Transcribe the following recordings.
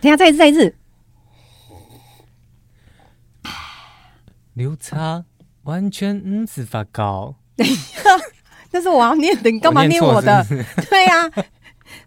等一下再一次，再一次，流差完全嗯是发高，那是我要念的，你干嘛我念念错我的？是不是对呀、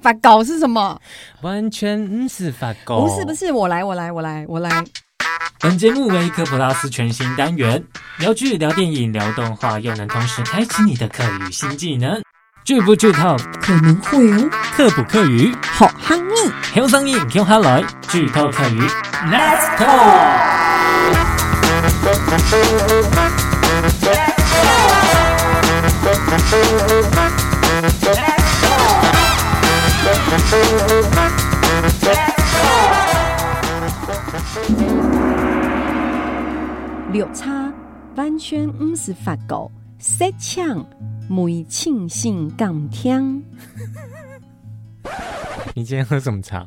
发稿是什么？完全嗯是发高，不是不。是，我来我来我来我来，本节目为科普拉斯全新单元，聊剧、聊电影、聊动画，又能同时开启你的课语新技能。剧不剧透，可能会有课不课语，好哈腻。听声音听下来，剧透课语，Let's go！柳叉弯圈唔是发狗，舌呛梅庆幸甘听。你今天喝什么茶？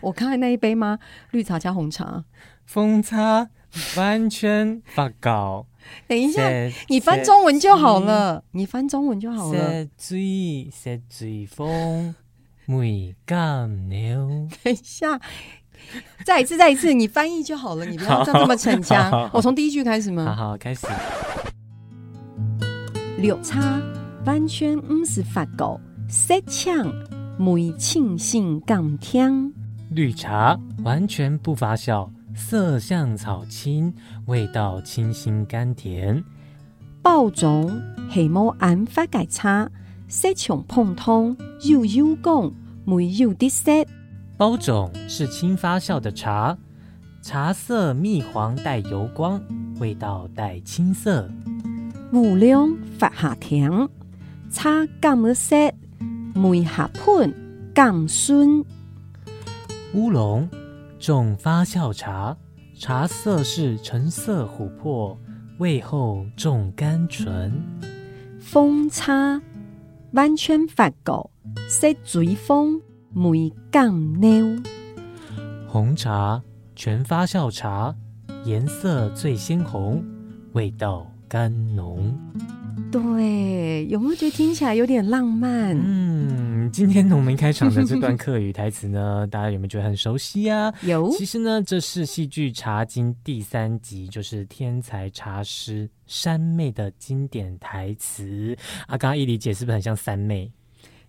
我刚才那一杯吗？绿茶加红茶。风差完全发高，等一下，雪你翻中文就好了，你翻中文就好了。雪水雪水风，梅干牛。等一下，再一次，再一次，你翻译就好了，你不要再这么逞好好强好。我从第一句开始好吗？好开始，柳叉弯圈唔是发狗，舌呛梅庆幸甘听。绿茶完全不发酵，色香草清，味道清新甘甜。爆种系冇眼发解差，色穷碰通，要要讲，没有啲色。包种是轻发酵的茶，茶色蜜黄带油光，味道带青涩。胡亮发下甜，差咁嘅色，梅下盘咁酸，乌龙种发酵茶，茶色是橙色琥珀，味后重甘醇。风差完全发觉，色水风梅咁溜，红茶全发酵茶，颜色最鲜红，味道甘浓。对，有没有觉得听起来有点浪漫？嗯，今天我们开场的这段课语台词呢， 大家有没有觉得很熟悉啊？有其实呢，这是戏剧《茶经》第三集，就是天才茶师山妹的经典台词。啊，刚刚一理解是不是很像三妹？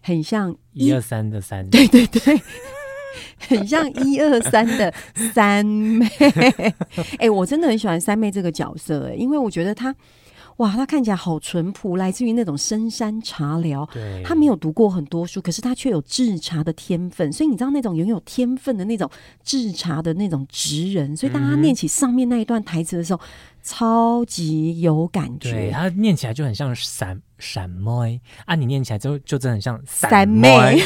很像 一二三的三，对对对，很像一二三的三妹。 哎、我真的很喜欢三妹这个角色、哎，因为我觉得她，哇，她看起来好淳朴，来自于那种深山茶寮。对，她没有读过很多书，可是她却有制茶的天分，所以你知道那种拥有天分的那种制茶的那种职人，所以嗯当她念起上面那一段台词的时候，超级有感对觉。她念起来就很像闪闪妹啊，你念起来就就真的很像三妹妹、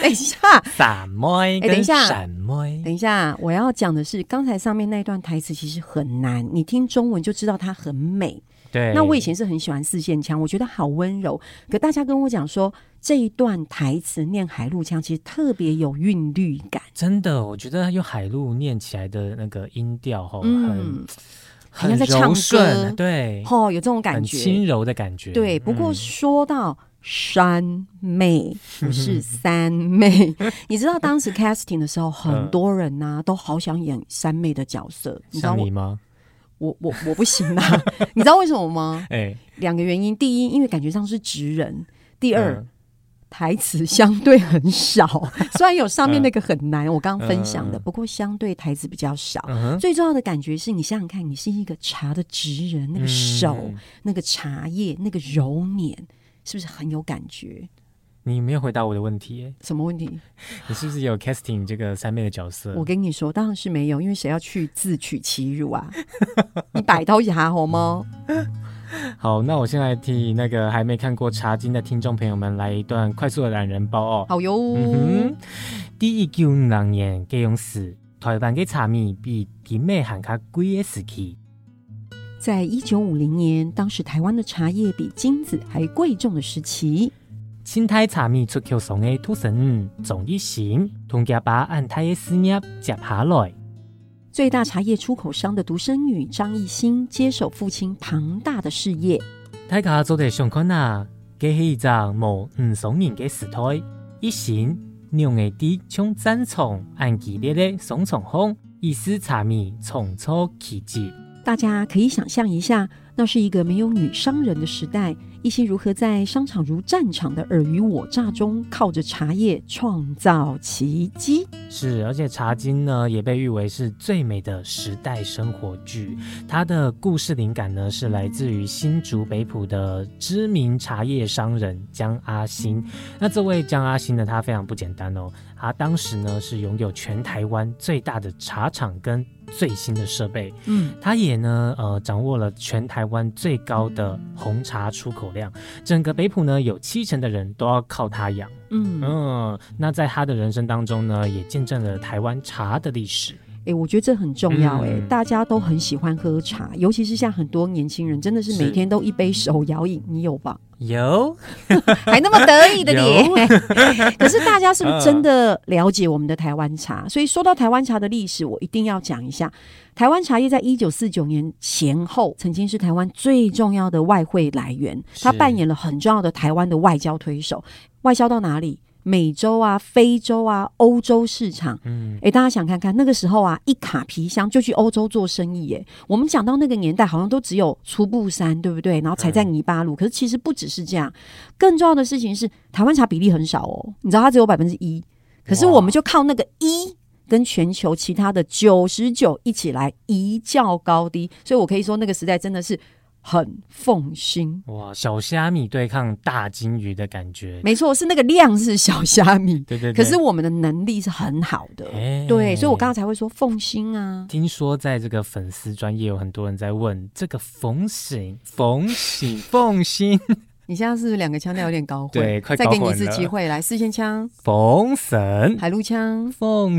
等一下，闪妹 哎等一跟下闪妹。等一下，我要讲的是，刚才上面那一段台词其实很难，你听中文就知道它很美。对，那我以前是很喜欢四线腔，我觉得好温柔。可大家跟我讲说，这一段台词念海陆腔，其实特别有韵律感，真的，我觉得用海陆念起来的那个音调哈、嗯，好像很很在唱柔顺，啊歌对，哦，有这种感很轻觉。柔的感觉。对，不过嗯说到山 妹，不是三妹，你知道当时 casting 的时候，很嗯多人呐、都好想演三妹的角色，你知道像我你吗？我我我不行啊， 你知道为什么吗？哎、两个原因：第一，因为感觉上是直人；第二，嗯台词相对很少。 虽然有上面那个很难，我刚刚分享的，嗯嗯嗯不过相对台词比较少。嗯哼，最重要的感觉是你想想看，你是一个茶的职人，那个手、嗯那个茶叶、那个揉捻，是不是很有感觉？你没有回答我的问题耶，什么问题？你是不是有 casting 这个三妹的角色？我跟你说，当然是没有，因为谁要去自取其辱 啊？你摆刀牙好吗？嗯好，那我先来替那个还没看过《茶经》的听众朋友们来一段快速的懒人包哦。好哟。嗯哼，第一九五六年嘅用时，台湾嘅茶米比金美行较贵嘅时期，在一九五零年，当时台湾的茶叶比金子还贵重的时期，清泰茶米出口上嘅土生总一行，同家把按泰嘅事业接下来。最大茶叶出口商的独生女张艺兴接手父亲庞大的事业。大家做在上看啊，嘅是一只无唔爽人嘅时代，一行娘的地穷赞丛，暗记烈烈怂丛风，一丝茶米丛草起迹。大家可以想象一下，那是一个没有女商人的时代，一心如何在商场如战场的尔虞我诈中，靠着茶叶创造奇迹。是，而且《茶经》呢也被誉为是最美的时代生活剧。它的故事灵感呢是来自于新竹北埔的知名茶叶商人江阿兴。那这位江阿兴呢，他非常不简单哦，他当时呢是拥有全台湾最大的茶厂跟最新的设备，嗯，他也呢呃掌握了全台湾最高的红茶出口量，整个北埔呢有七成的人都要靠他养。嗯，嗯，那在他的人生当中呢，也见证了台湾茶的历史。哎、我觉得这很重要、哎、嗯大家都很喜欢喝茶，尤其是像很多年轻人，真的是是每天都一杯手摇饮，你有吧？有， 还那么得意的有脸。 可是大家是不是真的了解我们的台湾嗯茶？所以说到台湾茶的历史，我一定要讲一下。台湾茶叶在一九四九年前后曾经是台湾最重要的外汇来源，是它扮演了很重要的台湾的外交推手。外销到哪里？美洲啊、非洲啊、欧洲市场。嗯，诶，大家想看看那个时候啊，一卡皮箱就去欧洲做生意耶。我们讲到那个年代，好像都只有徒步山，对不对？然后踩在泥巴路，可是其实不只是这样，更重要的事情是，台湾茶比例很少哦，你知道它只有百分之一，可是哇我们就靠那个一。跟全球其他的九十九一起来一较高低，所以我可以说那个时代真的是很奉新。哇，小虾米对抗大金鱼的感觉。没错，是那个量是小虾米，对对对。可是我们的能力是很好的。哎对，所以我刚刚才会说奉新啊，听说在这个粉丝专业有很多人在问这个冯醒、冯醒、凤醒、你现在是不是两个腔调有点搞混？对快再搞给你一混次了机会，来四线腔、冯神、海陆腔。凤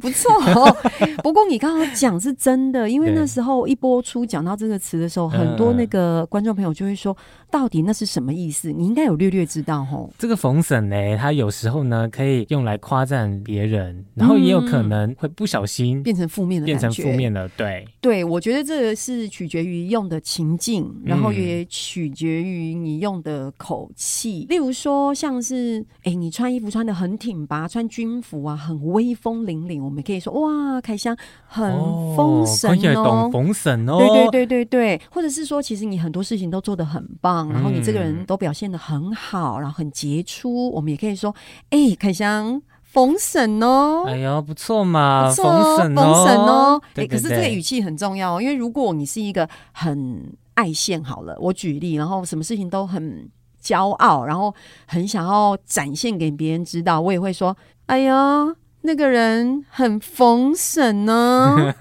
不错、 哦，不过你刚刚讲是真的，因为对那时候一播出讲到这个词的时候，嗯很多那个观众朋友就会说，到底那是什么意思？你应该有略略知道吼。这个冯神呢，他有时候呢可以用来夸赞别人，然后也有可嗯能会不小心变成负面的变感成觉负面了。对，对，我觉得这个是取决于用的情境，然后嗯也取决于你用的口气。例如说，像是哎，诶你穿衣服穿的很挺拔，穿军服啊，很威风凛凛，我们可以说哇，凯香很封神看起来哦懂。封神哦，对对对对对，或者是说，其实你很多事情都做得很棒，然后你这个人嗯都表现得很好，然后很杰出，我们也可以说，哎，凯香封神哦，哎呦，不错嘛，不错哦，神封神哦。哎、对可对是这个对语气很重要哦，因为如果你是一个很爱现好了，我举例，然后什么事情都很骄傲，然后很想要展现给别人知道，我也会说，哎呀。那个人很封神哦 呢、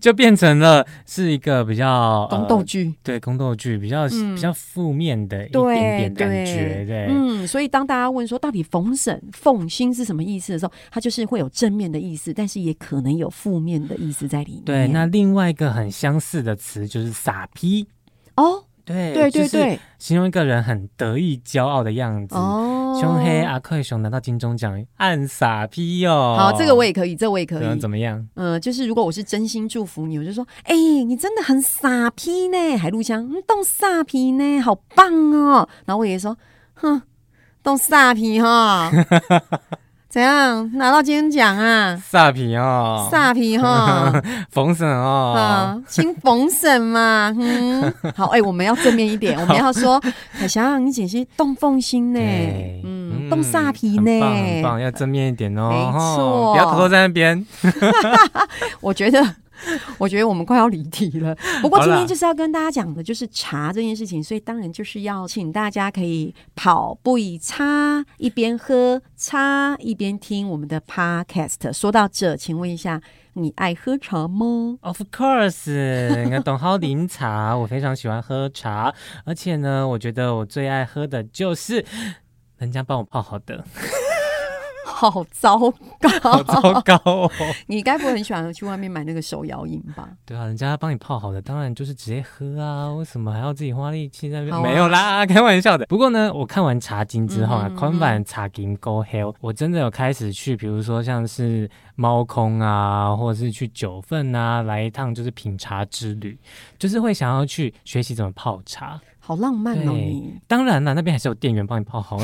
就变成了是一个比较宫斗呃剧。对宫斗剧比较、嗯比较负面的一对点点感对觉，对，嗯，所以当大家问说到底逢神奉心是什么意思的时候，它就是会有正面的意思，但是也可能有负面的意思在里面。对。那另外一个很相似的词就是傻逼，哦，对，对对，对，形容一个人很得意、骄傲的样子。哦，嗯胸黑啊阿克熊拿到金钟奖，按傻逼哦。好，这个我也可以，这我也可怎么以怎。么样？嗯、就是如果我是真心祝福你，我就说，哎、你真的很傻批呢，海陆腔，嗯，动傻批呢，好棒哦。然后我也说，哼，动傻批 哈，怎样拿到金奖啊？傻逼哦，傻批哈，冯神哦，啊，请逢神嘛， 嗯，好，哎、我们要正面一点，我们要说，凯翔，你姐姐动凤心呢对，嗯，动傻皮呢，很棒很棒，要正面一点哦，没错吼不要偷偷在那边。我觉得， 我觉得我们快要离题 了。不过好今啦天就是要跟大家讲的，就是茶这件事情，所以当然就是要请大家可以跑步以茶，一边喝茶，一边听我们的 podcast。说到这，请问一下，你爱喝茶吗？ Of course，你看 懂好饮茶，我非常喜欢喝茶，而且呢，我觉得我最爱喝的就是人家帮我泡好的，好糟好糕！糟糕 哦。你该不会很喜欢去外面买那个手摇饮吧？对啊，人家帮你泡好的，当然就是直接喝啊，为什么还要自己花力气在那边？好啊没有啦， 开玩笑的。不过呢，我看完《茶经》之后啊，嗯哼宽版《茶经》Go Hell，我真的有开始去，比如说像是猫空啊，或者是去九份啊，来一趟就是品茶之旅，就是会想要去学习怎么泡茶。好浪漫哦对你。当然啦，那边还是有店员帮你泡 好，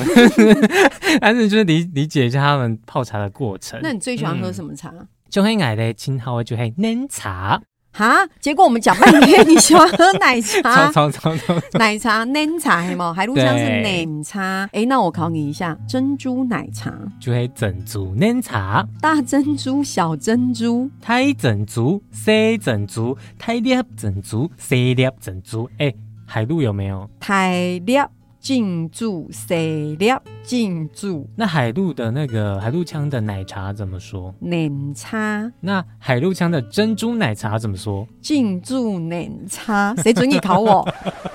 但是就是理理解一下他们泡茶的过程。那你最喜欢喝什么？么茶？就黑奶的青号就黑奶茶，哈，结果我们讲半天，你喜欢喝奶超 茶？超超超奶茶、奶茶，还有海陆香是对奶茶。哎，那我考你一下，珍珠奶茶，就黑整族奶茶，大珍珠、小珍珠，胎整族、C 整族、胎粒整族、C 粒整族。哎、海陆有没有？太粒、进驻、水粒、进驻，那海陆的那个海陆腔的奶茶怎么说？奶茶、那海陆腔的珍珠奶茶怎么说？ 进驻奶茶。谁准你考 我？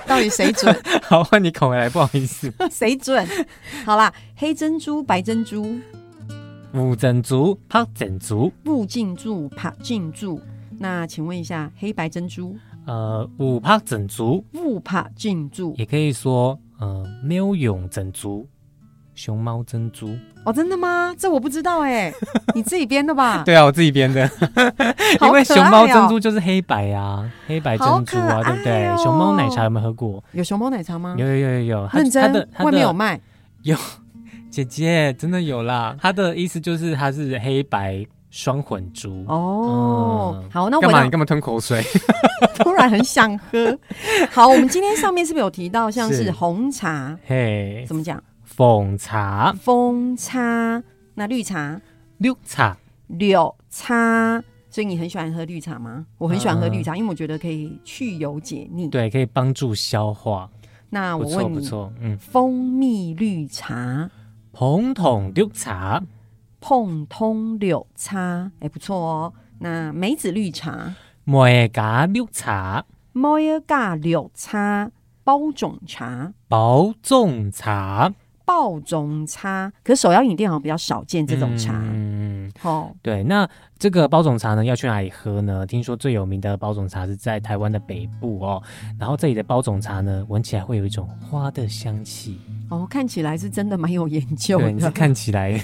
到底谁准？好，换你口回来，不好意 思。谁准？好啦，黑珍珠、白珍珠，五整族、八整族，不进驻、怕进驻。那请问一下，黑白珍珠？呃，五八整族，不怕进驻也可以说呃，喵勇整族。熊猫珍珠，哦，真的吗？这我不知道哎、 你自己编的吧？对啊，我自己编的，好可爱哦因为熊猫珍珠就是黑白啊，黑白珍好可珠爱啊，哦对不对？熊猫奶茶有没有喝过？有熊猫奶茶吗有？有有有有，它认它的真，它外面有的卖。姐姐真的有啦，它的意思就是它是黑白双混珠。哦，嗯好，那干我嘛？你俩干嘛吞口 水？突然很想 喝。好，我们今天上面是不是有提到像是是红茶 嘿，怎么讲？奉茶、枫茶，那绿茶、绿茶，柳茶。所以你很喜欢喝绿茶吗？我很喜欢喝绿茶，因为我觉得可以去油解腻。嗯对，可以帮助消化，那不我错问不你，错。嗯，蜂蜜绿茶、红桶绿茶、碰通柳茶，哎，不错哦。那梅子绿茶、麦芽绿茶、猫耶嘎柳茶、包种茶、包种茶爆种茶，可手摇饮店好像比较少见这种茶。嗯哦，对，那这个包种茶呢，要去哪里喝呢？听说最有名的包种茶是在台湾的北部哦。然后这里的包种茶呢，闻起来会有一种花的香气。哦，看起来是真的蛮有研究对，你是的。看起来，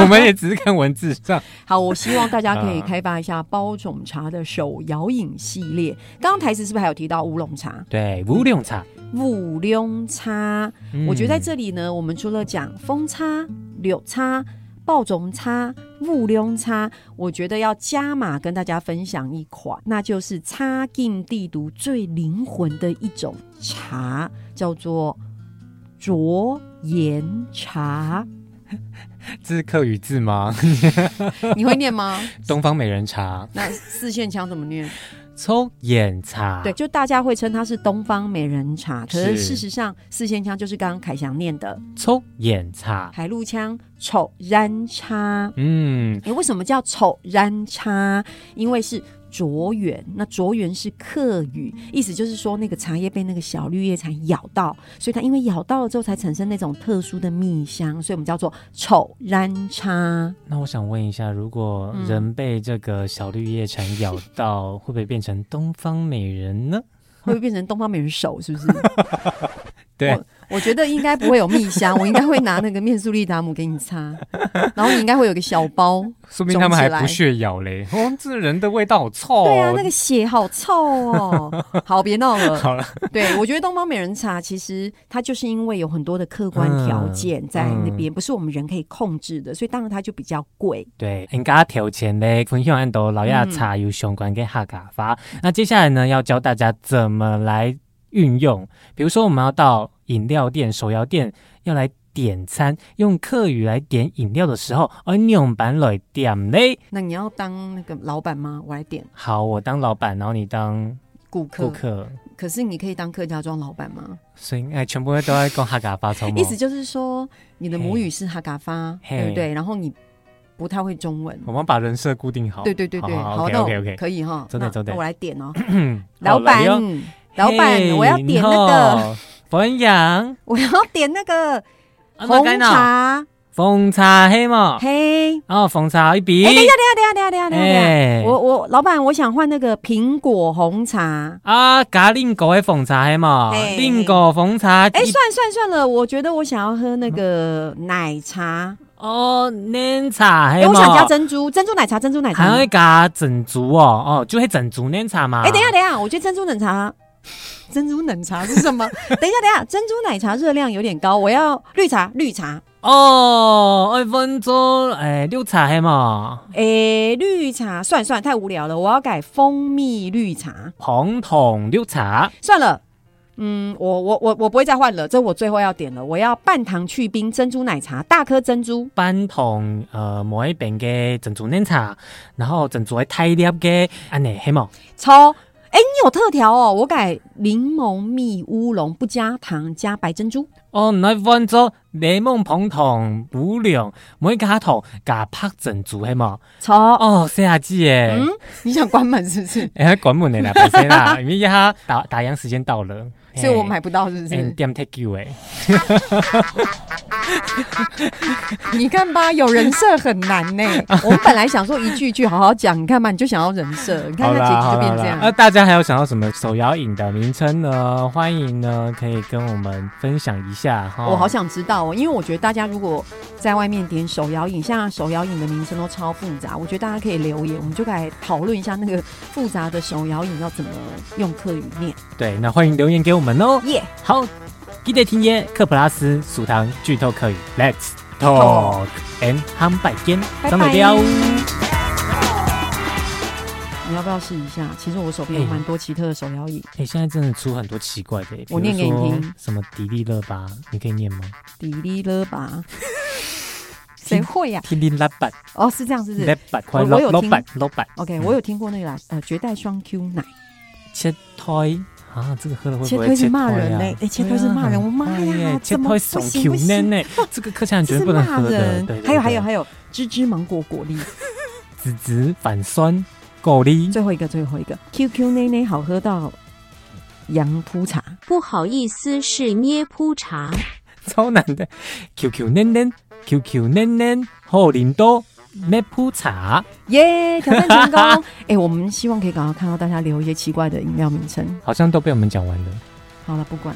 我们也只是看文字上。 好，我希望大家可以 啊开发一下包种茶的手摇饮系列。刚刚台词是不是还有提到乌龙茶、对，乌龙茶，乌龙茶？嗯我觉得在这里呢，我们除了讲风差、柳差、爆种差、雾龙差，我觉得要加码跟大家分享一款，那就是差劲地毒最灵魂的一种茶，叫做卓岩茶。嗯这是客语字吗？ 你会念吗？东方美人茶，那四线腔怎么念？抽眼茶，对，，就大家会称它是东方美人茶，可是是事实上四线腔就是刚刚凯翔念的抽眼茶。海陆腔丑然差。嗯，诶，为什么叫丑然差？因为是浊源，那浊源是客语，意思就是说那个茶叶被那个小绿叶蝉咬到，所以它因为咬到了之后才产生那种特殊的蜜香，所以我们叫做丑然差。那我想问一下，如果嗯人被这个小绿叶蝉咬 到，会不会变成东方美人呢？会不会变成东方美人手？是不是？对我，我觉得应该不会有蜜香，我应该会拿那个面速力达姆给你擦，然后你应该会有个小包。说不定他们还不屑咬嘞。哦，这人的味道好臭、哦对啊，那个血好臭哦。 好，别闹了。好了，对，我觉得东方美人茶其实它就是因为有很多的客观条件在那边，嗯不是我们人可以控制的，所以当然它就比较贵。对，人家调前嘞，分享很多老亚茶有相关跟哈嘎发。那接下来呢，要教大家怎么来运用。比如说，我们要到饮料店、手摇店要来点餐，用客语来点饮料的时候，而你用板来点嘞。那你要当那个老板吗？我来点好，我当老板，然后你当顾客。顾客，可是你可以当客家庄老板吗？所以哎，全部都在讲哈嘎发超意思就是说你的母语是哈嘎发，嘿对不对？然后你不太会中文。我们把人设固定好。对对对对，好那 OK OK，我可以哈，走点那走点那我来点哦，好老板来哟，老板嘿，我要点那个，。冯阳，我要点那个啊红，那该哪茶，红茶黑嘛，嘿，哦，红茶一笔哎，，等一下，等一下，等一下，等一下，等一下。哎我我老板，我想换那个苹果红茶。啊，咖令狗的红茶黑嘛，嘿令狗红茶，哎、一算算算了，我觉得我想要喝那个奶茶。哦，奶茶哎、黑我想加嘛，珍珠，珍珠奶茶，珍珠奶茶。还会哎、加整足哦，哦，就会整足奶茶嘛，等一下，等一下，我觉得珍珠奶茶 珍珠奶茶是什 么？等一下，等一下，珍珠奶茶热量有点高，我要绿茶，绿茶，哦，二分钟，哎，六茶黑嘛，诶、绿茶，算算太无聊了，我要改蜂蜜绿茶，红桶六茶，算了。嗯，我我我我不会再换了，这我最后要点了。我要半糖去冰珍珠奶茶，大颗珍珠。半桶呃某一边嘅珍珠奶茶，然后珍珠的太粒嘅，安尼黑嘛，超，哎、你有特调哦！我改柠檬蜜乌龙，不加糖，加白珍珠。哦，二分钟，柠檬碰糖五两，每加糖加拍珍珠黑嘛，超， 哦，四下子诶嗯。，你想关门是不是？哎，关门的啦，本 身啦，啊因为他打打烊时间到了，所以我买不到是不哎是？点 take you 哎，你看吧，有人设很难 呢、我们本来想说一句一句好好讲，你看吧，你就想要人设，你看好它啦结局好就啦变好这啦样。那大家还有想到什么手摇饮的名称呢？欢迎呢可以跟我们分享一下哈。我好想知道哦，因为我觉得大家如果在外面点手摇饮，像手摇饮的名称都超复杂，我觉得大家可以留言，我们就来讨论一下那个复杂的手摇饮要怎么用客语念。对，那欢迎留言给我们哦。耶、好，记得听耶克普拉斯俗堂剧透课语，Let's talk and 他们拜见，拜张磊拜。彪。你要不要试一下？其实我手边有哎蛮多奇特的手摇椅，哎，现在真的出很多奇怪的，比如我念给你说听什么迪丽热巴，你可以念吗？迪丽热巴， 谁会呀、天天拉板，哦，是这样，是不拉是板，快我老我有老听板，老板。 ？OK，嗯我有听过那个啦，呃，绝代双 Q 奶，切胎啊，这个喝了会不切会胎切是胎啊骂人嘞哎切胎是骂人我妈呀哎切怎么胎不手行 Q 不行呢呢， 这个客家人这绝对是不能骂喝的。人对，。对还有还有，对还有，芝芝芒果果粒，籽籽反酸狗梨，最后一个最后一个，QQ 奶奶好喝到羊扑茶，不好意思，是捏扑茶。超难的。QQ 嫩嫩，QQ 嫩嫩，后林多。咩铺茶， 耶、挑战成功！ 哎、我们希望可以赶快看到大家留一些奇怪的饮料名称。好像都被我们讲完了。好了，不管，